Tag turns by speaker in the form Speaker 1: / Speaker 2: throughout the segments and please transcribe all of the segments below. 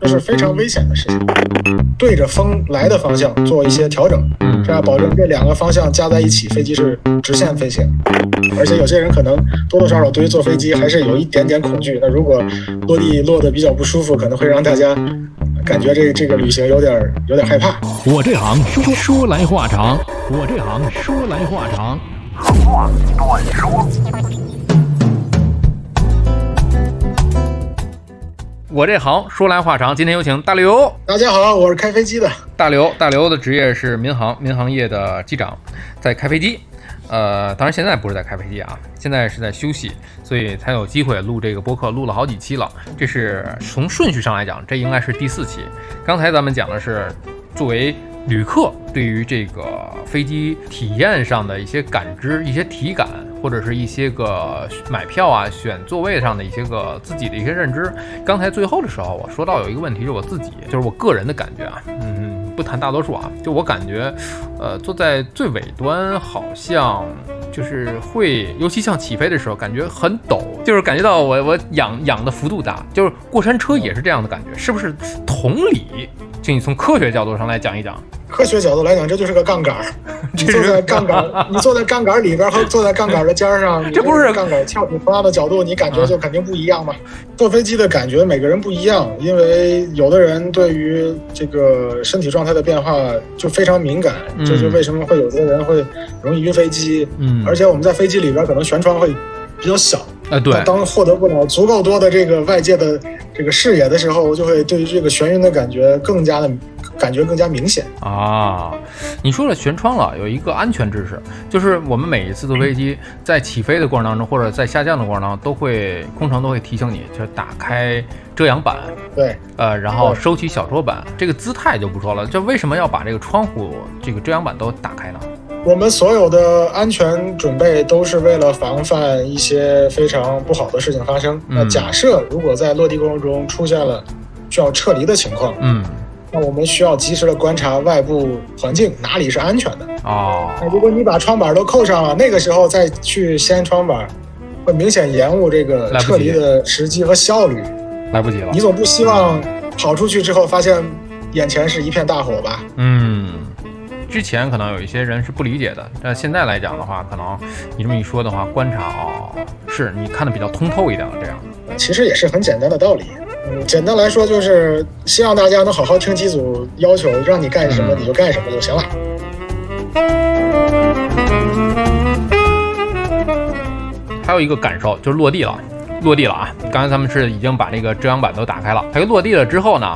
Speaker 1: 这是非常危险的事情。对着风来的方向做一些调整，这样保证这两个方向加在一起，飞机是直线飞行。而且有些人可能多多少少对于坐飞机还是有一点点恐惧。那如果落地落得比较不舒服，可能会让大家感觉这这个旅行有点儿有点害怕。
Speaker 2: 我这行说说来话长，我这行说来话长。
Speaker 3: 话短说，
Speaker 4: 我这行说来话长，今天有请大刘。
Speaker 1: 大家好，我是开飞机的。
Speaker 4: 大刘，大刘的职业是民航，民航业的机长，在开飞机。呃，当然现在不是在开飞机啊，现在是在休息，所以才有机会录这个播客，录了好几期了。这是从顺序上来讲，这应该是第四期。刚才咱们讲的是作为旅客对于这个飞机体验上的一些感知、一些体感，或者是一些个买票啊、选座位上的一些个自己的一些认知。刚才最后的时候，我说到有一个问题是我自己，就是我个人的感觉啊，嗯，不谈大多数啊，就我感觉，呃，坐在最尾端好像就是会，尤其像起飞的时候，感觉很抖，就是感觉呃到我我仰仰的幅度大，就是过山车也是这样的感觉，是不是同理？就你从科学角度上来讲一讲，
Speaker 1: 科学角度来讲，这就是个杠 杆儿。你
Speaker 4: 这
Speaker 1: 坐
Speaker 4: 是
Speaker 1: 在杠杆儿，你坐在杠杆儿里边儿和坐在杠杆儿的尖儿上，你
Speaker 4: 这不是
Speaker 1: 跟杠杆儿翘起同样的角度，你感觉就肯定不一样嘛。
Speaker 4: 嗯
Speaker 1: 坐飞机的感觉每个人不一样，因为有的人对于这个身体状态的变化就非常敏感，
Speaker 4: 嗯
Speaker 1: 这就为什么会有的人会容易晕飞机。
Speaker 4: 嗯
Speaker 1: 而且我们在飞机里边儿可能舷窗会比较小，
Speaker 4: 啊，对
Speaker 1: 那，当获得不了足够多的这个外界的这个视野的时候，就会对于这个眩晕的感觉更加的感觉更加明显。
Speaker 4: 啊，你说了舷窗了，有一个安全知识，就是我们每一次坐飞机，在起飞的过程当中，或者在下降的过程当中，都会空乘都会提醒你，就是打开遮阳板，
Speaker 1: 对，
Speaker 4: 呃，然后
Speaker 1: 对
Speaker 4: 收起小桌板，这个姿态就不说了。这为什么要把这个窗户、这个遮阳板都打开呢？
Speaker 1: 我们所有的安全准备都是为了防范一些非常不好的事情发生。
Speaker 4: 嗯
Speaker 1: 那假设如果在落地过程中出现了需要撤离的情况，
Speaker 4: 嗯，
Speaker 1: 那我们需要及时的观察外部环境哪里是安全的。
Speaker 4: 哦，
Speaker 1: 那如果你把窗板都扣上了，那个时候再去掀窗板，会明显延误这个
Speaker 4: 来不及
Speaker 1: 撤离的时机和效率。
Speaker 4: 来不及了
Speaker 1: 你。总不希望跑出去之后发现眼前是一片大火吧？
Speaker 4: 嗯，之前可能有一些人是不理解的，但现在来讲的话，可能你这么一说的话，观察哦，是你看的比较通透一点了，这样。
Speaker 1: 其实也是很简单的道理。嗯，简单来说就是希望大家能好好听机组要求，让你干什么
Speaker 4: 嗯
Speaker 1: 你就干什么就行了。
Speaker 4: 还有一个感受就是落地了，落地了啊！刚才咱们是已经把这个遮阳板都打开了，还有落地了之后呢，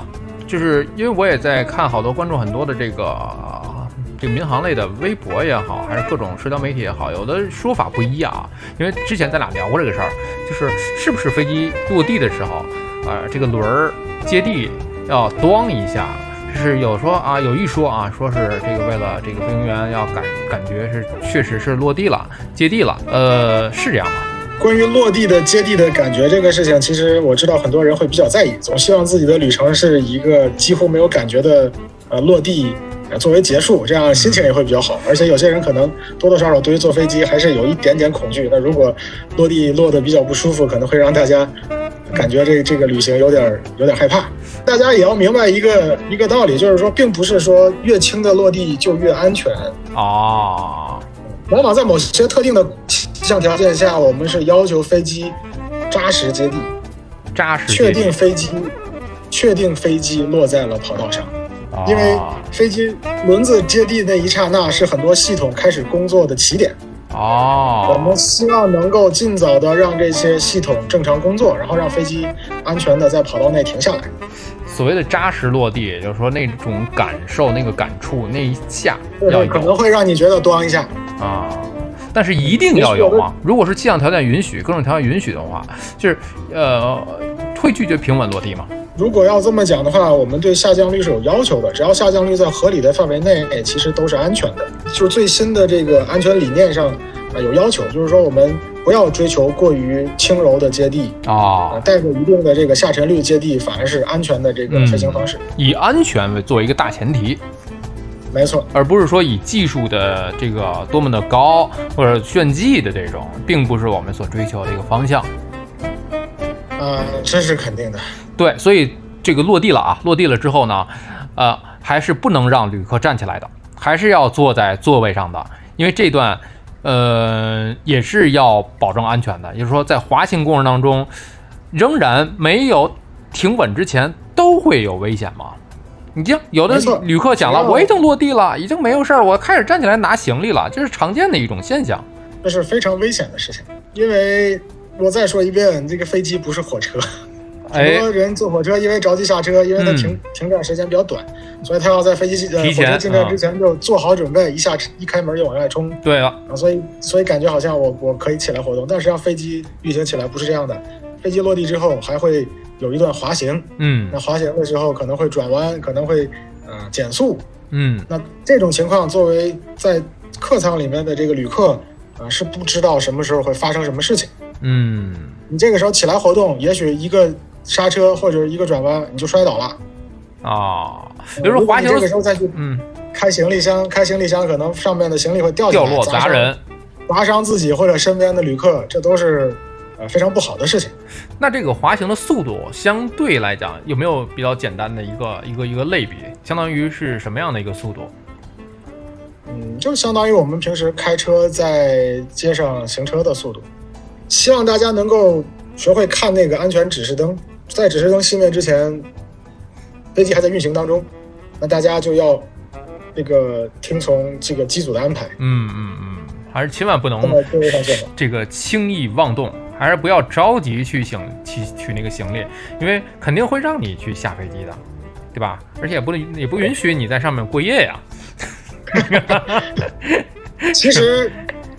Speaker 4: 就是因为我也在看好多关注很多的这个呃这个民航类的微博也好，还是各种社交媒体也好，有的说法不一啊。因为之前咱俩聊过这个事儿，就是是不是飞机落地的时候，呃，这个轮儿接地要咣一下。是有说啊，有一说啊，说是这个为了这个飞行员要感感觉是确实是落地了，接地了，呃，是这样吗？
Speaker 1: 关于落地的接地的感觉这个事情，其实我知道很多人会比较在意，总希望自己的旅程是一个几乎没有感觉的呃落地。呃作为结束，这样心情也会比较好。而且有些人可能多多少少对于坐飞机还是有一点点恐惧。那如果落地落得比较不舒服，可能会让大家感觉这这个旅行有点儿有点害怕。大家也要明白一个一个道理，就是说，并不是说越轻的落地就越安全。
Speaker 4: 哦，
Speaker 1: 往往在某些特定的气象条件下，我们是要求飞机扎实接地，
Speaker 4: 扎实
Speaker 1: 确
Speaker 4: 接地
Speaker 1: 定飞机，确定飞机落在了跑道上。
Speaker 4: 哦
Speaker 1: 因为飞机轮子接地那一刹那是很多系统开始工作的起点，我们
Speaker 4: 哦，
Speaker 1: 希望能够尽早的让这些系统正常工作，然后让飞机安全的在跑道内停下来。
Speaker 4: 所谓的扎实落地，也就是说那种感受、那个感触、那一下要
Speaker 1: 对，可能
Speaker 4: 有
Speaker 1: 会让你觉得咣一下，
Speaker 4: 啊。但是一定要有啊！如果是气象条件允许、各种条件允许的话，就是呃，会拒绝平稳落地吗？
Speaker 1: 如果要这么讲的话，我们对下降率是有要求的，只要下降率在合理的范围内，哎其实都是安全的。就是最新的这个安全理念上啊、呃有要求，就是说我们不要追求过于轻柔的接地啊、呃
Speaker 4: 哦，
Speaker 1: 带着一定的这个下沉率接地，反而是安全的这个飞行方式。
Speaker 4: 以安全为作为一个大前提，
Speaker 1: 没错，
Speaker 4: 而不是说以技术的这个多么的高或者炫技的这种，并不是我们所追求的一个方向。
Speaker 1: 啊、这是肯定的。
Speaker 4: 对，所以这个落地了啊，落地了之后呢，呃，还是不能让旅客站起来的，还是要坐在座位上的，因为这段，呃，也是要保证安全的。也就是说，在滑行过程当中，仍然没有停稳之前，都会有危险嘛。你这有的
Speaker 1: 没错
Speaker 4: 旅客讲了，
Speaker 1: 只要
Speaker 4: 我已经落地了，已经没有事儿，我开始站起来拿行李了，这是常见的一种现象。
Speaker 1: 这是非常危险的事情。因为我再说一遍，这个飞机不是火车，很
Speaker 4: 哎，嗯
Speaker 1: 多人坐火车因为着急下车，因为他停、停站时间比较短，所以他要在飞机呃
Speaker 4: 提
Speaker 1: 火
Speaker 4: 前
Speaker 1: 车进站
Speaker 4: 啊
Speaker 1: 之前就做好准备，一下一开门就往外冲
Speaker 4: 对了，
Speaker 1: 啊，所以所以感觉好像我我可以起来活动，但实际上飞机运行起来不是这样的，飞机落地之后还会有一段滑行，
Speaker 4: 嗯
Speaker 1: 那滑行的时候可能会转弯，可能会呃减速，
Speaker 4: 嗯，
Speaker 1: 那这种情况作为在客舱里面的这个旅客啊、呃是不知道什么时候会发生什么事情，
Speaker 4: 嗯，
Speaker 1: 你这个时候起来活动，也许一个刹车或者一个转弯你就摔倒了，
Speaker 4: 啊，
Speaker 1: 呃
Speaker 4: 比如
Speaker 1: 如
Speaker 4: 说
Speaker 1: 果
Speaker 4: 滑
Speaker 1: 你
Speaker 4: 行
Speaker 1: 这，个时候再去
Speaker 4: 嗯，
Speaker 1: 开行李箱，开行李箱可能上面的行李会掉下
Speaker 4: 掉
Speaker 1: 来
Speaker 4: 落
Speaker 1: 伤
Speaker 4: 砸人，
Speaker 1: 砸伤自己或者身边的旅客，这都是呃非常不好的事情。
Speaker 4: 那这个滑行的速度相对来讲，有没有比较简单的一个一个一个类比？相当于是什么样的一个速度？
Speaker 1: 嗯，就相当于我们平时开车在街上行车的速度。希望大家能够学会看那个安全指示灯，在指示灯熄灭之前，飞机还在运行当中，那大家就要这个听从这个机组的安排，
Speaker 4: 嗯嗯嗯，还是千万不能
Speaker 1: 这么各位上做 法。
Speaker 4: 这个轻易妄动，还是不要着急去行去取那个行李，因为肯定会让你去下飞机的，对吧？而且也不能也不允许你在上面过夜呀、
Speaker 1: 其实。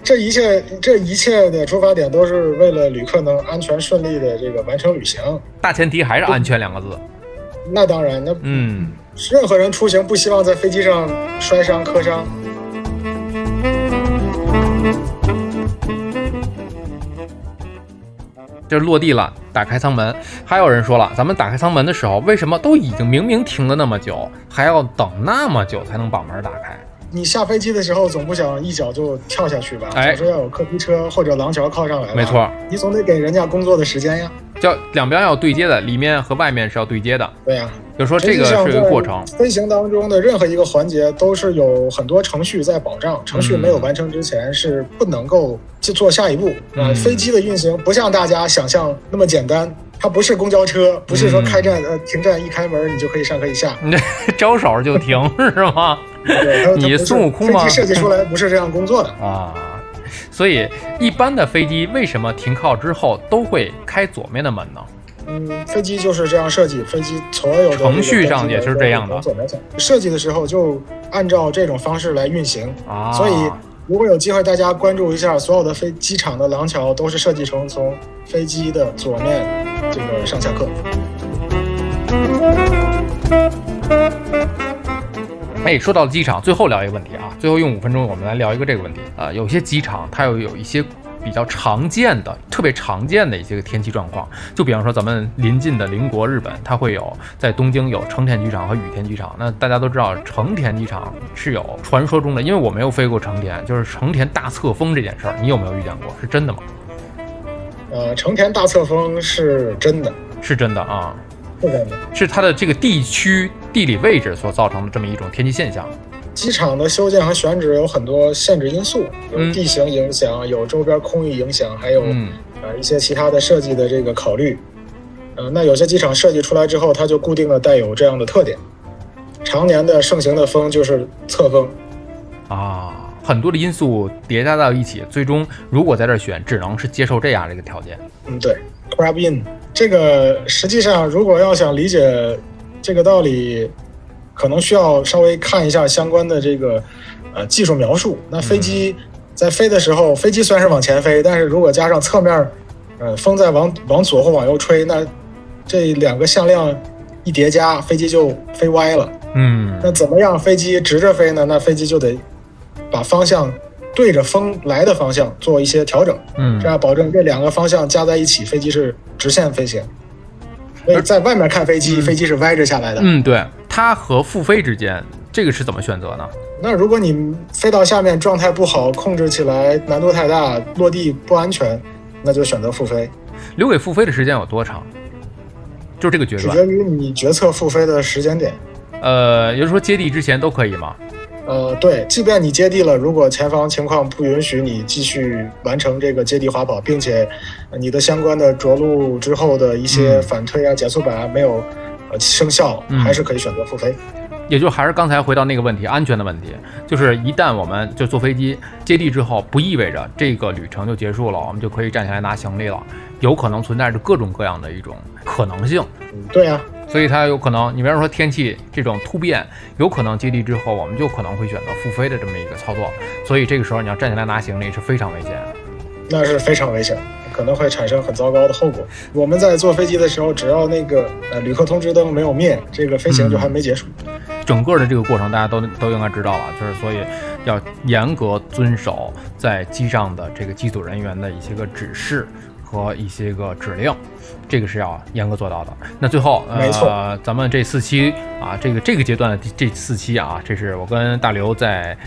Speaker 1: 这一切，这一切的出发点都是为了旅客能安全顺利的这个完成旅行。
Speaker 4: 大前提还是安全两个字。
Speaker 1: 那当然，那
Speaker 4: 嗯，
Speaker 1: 任何人出行不希望在飞机上摔伤、磕伤。
Speaker 4: 这落地了，打开舱门。还有人说了，咱们打开舱门的时候，为什么都已经明明停了那么久，还要等那么久才能把门打开？
Speaker 1: 你下飞机的时候总不想一脚就跳下去吧？
Speaker 4: 哎
Speaker 1: 总是要有客机车或者廊桥靠上来吧
Speaker 4: 没错，
Speaker 1: 你总得给人家工作的时间呀。
Speaker 4: 叫两边要对接的，里面和外面是要对接的。
Speaker 1: 对呀、
Speaker 4: 就说这
Speaker 1: 实
Speaker 4: 个
Speaker 1: 际上
Speaker 4: 是一个过程，
Speaker 1: 在飞行当中的任何一个环节都是有很多程序在保障，程序没有完成之前是不能够去做下一步。
Speaker 4: 嗯
Speaker 1: 呃飞机的运行不像大家想象那么简单，它不是公交车，不是说
Speaker 4: 嗯
Speaker 1: 开站、呃停站一开门你就可以上可以 下。
Speaker 4: 招手就停是吗？
Speaker 1: 对，它它
Speaker 4: 你
Speaker 1: 不是
Speaker 4: 孙悟空吗
Speaker 1: 飞机设计出 来不是这样工作的。
Speaker 4: 啊，所以一般的飞机为什么停靠之后都会开左面的门呢？
Speaker 1: 嗯，飞机就是这样设计，飞机所有的
Speaker 4: 程序上也是这样的
Speaker 1: 这个飞机的设计的时候就按照这种方式来运行。
Speaker 4: 啊，
Speaker 1: 所以，如果有机会，大家关注一下，所有的飞机场的廊桥都是设计成从飞机的左面这个上下客。
Speaker 4: 哎，说到机场，最后聊一个问题啊，最后用五分钟我们来聊一个这个问题啊、有些机场它有有一些比较常见的、特别常见的一些个天气状况，就比方说咱们临近的邻国日本，它会有在东京有成田机场和羽田机场。那大家都知道成田机场是有传说中的，因为我没有飞过成田，就是成田大侧风这件事儿，你有没有遇见过？是真的吗？
Speaker 1: 呃，成田大侧风是真的，
Speaker 4: 是真的啊，
Speaker 1: 是真的。
Speaker 4: 是它的这个地区地理位置所造成的这么一种天气现象。
Speaker 1: 机场的修建和选址有很多限制因素，有
Speaker 4: 嗯
Speaker 1: 地形影响，有周边空域影响，还有、
Speaker 4: 嗯
Speaker 1: 呃一些其他的设计的这个考虑。呃，那有些机场设计出来之后，它就固定的带有这样的特点。常年的盛行的风就是侧风，
Speaker 4: 啊，很多的因素叠加到一起，最终如果在这儿选，只能是接受这样的一个条件。
Speaker 1: 嗯，对，crab in 这个实际上如果要想理解这个道理，可能需要稍微看一下相关的这个呃技术描述。那飞机在飞的时候，飞机虽然是往前飞，但是如果加上侧面，呃，风在往往左或往右吹，那这两个向量一叠加，飞机就飞歪了。
Speaker 4: 嗯
Speaker 1: 那怎么样飞机直着飞呢？那飞机就得把方向对着风来的方向做一些调整，
Speaker 4: 嗯
Speaker 1: 这样保证这两个方向加在一起，飞机是直线飞行。所以在外面看飞机，飞机是歪着下来的。
Speaker 4: 嗯，对，它和复飞之间，这个是怎么选择呢？
Speaker 1: 那如果你飞到下面状态不好，控制起来难度太大，落地不安全，那就选择复飞。
Speaker 4: 留给复飞的时间有多长？就是这个决
Speaker 1: 取
Speaker 4: 断。
Speaker 1: 决于你决策付费的时间点。
Speaker 4: 呃，也就是说接地之前都可以吗？
Speaker 1: 呃，对，即便你接地了，如果前方情况不允许你继续完成这个接地滑跑，并且呃你的相关的着陆之后的一些
Speaker 4: 嗯
Speaker 1: 反推啊、减速板啊没有呃生效，
Speaker 4: 嗯
Speaker 1: 还是可以选择付费。
Speaker 4: 也就还是刚才回到那个问题，安全的问题，就是一旦我们就坐飞机接地之后，不意味着这个旅程就结束了，我们就可以站起来拿行李了，有可能存在着各种各样的一种可能性。
Speaker 1: 嗯，对啊，
Speaker 4: 所以它有可能，你比方说天气这种突变，有可能接地之后，我们就可能会选择付费的这么一个操作。所以这个时候你要站起来拿行李是非常危险的。
Speaker 1: 那是非常危险的，可能会产生很糟糕的后果。我们在坐飞机的时候，只要那个呃旅客通知灯没有灭，这个飞行就还没结束。
Speaker 4: 整个的这个过程大家都都应该知道了，就是所以要严格遵守在机上的这个机组人员的一些个指示和一些个指令，这个是要严格做到的。那最后，
Speaker 1: 没
Speaker 4: 呃
Speaker 1: 错，
Speaker 4: 咱们这四期啊，这个这个阶段的第这四期啊，这是我跟大刘在。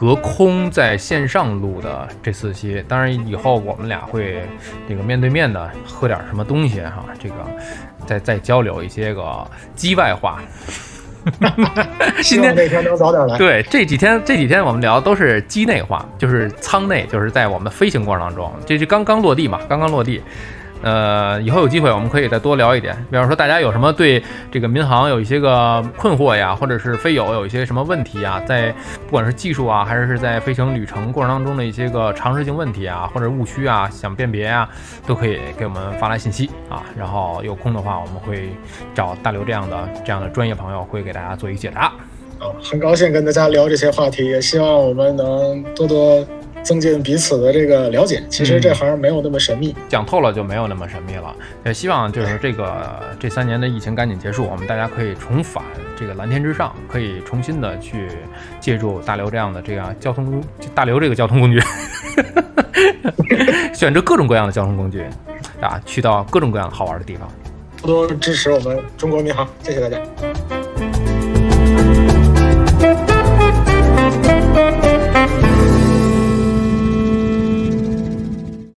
Speaker 4: 隔空在线上录的这四期，当然以后我们俩会这个面对面的喝点什么东西哈、这个再再交流一些个机外话。
Speaker 1: 希
Speaker 4: 今
Speaker 1: 望
Speaker 4: 天
Speaker 1: 那天能早点来。
Speaker 4: 对，这几天这几天我们聊的都是机内话，就是舱内，就是在我们飞行过程当中，这是刚刚落地嘛，刚刚落地。呃，以后有机会我们可以再多聊一点，比方说大家有什么对这个民航有一些个困惑呀，或者是飞友有一些什么问题啊，在不管是技术啊，还是在飞行旅程过程当中的一些个常识性问题啊，或者误区啊，想辨别啊，都可以给我们发来信息啊。然后有空的话，我们会找大刘这样的这样的专业朋友会给大家做一解答。
Speaker 1: 啊，很高兴跟大家聊这些话题，也希望我们能多多增进彼此的这个了解。其实这行没有那么神秘，
Speaker 4: 讲透了就没有那么神秘了。也希望就是这个这三年的疫情赶紧结束，我们大家可以重返这个蓝天之上，可以重新的去借助大刘这样的这样交通工，大刘这个交通工具， 选择各种各样的交通工具啊，去到各种各样好玩的地方。
Speaker 1: 多多支持我们中国民航，谢谢大家。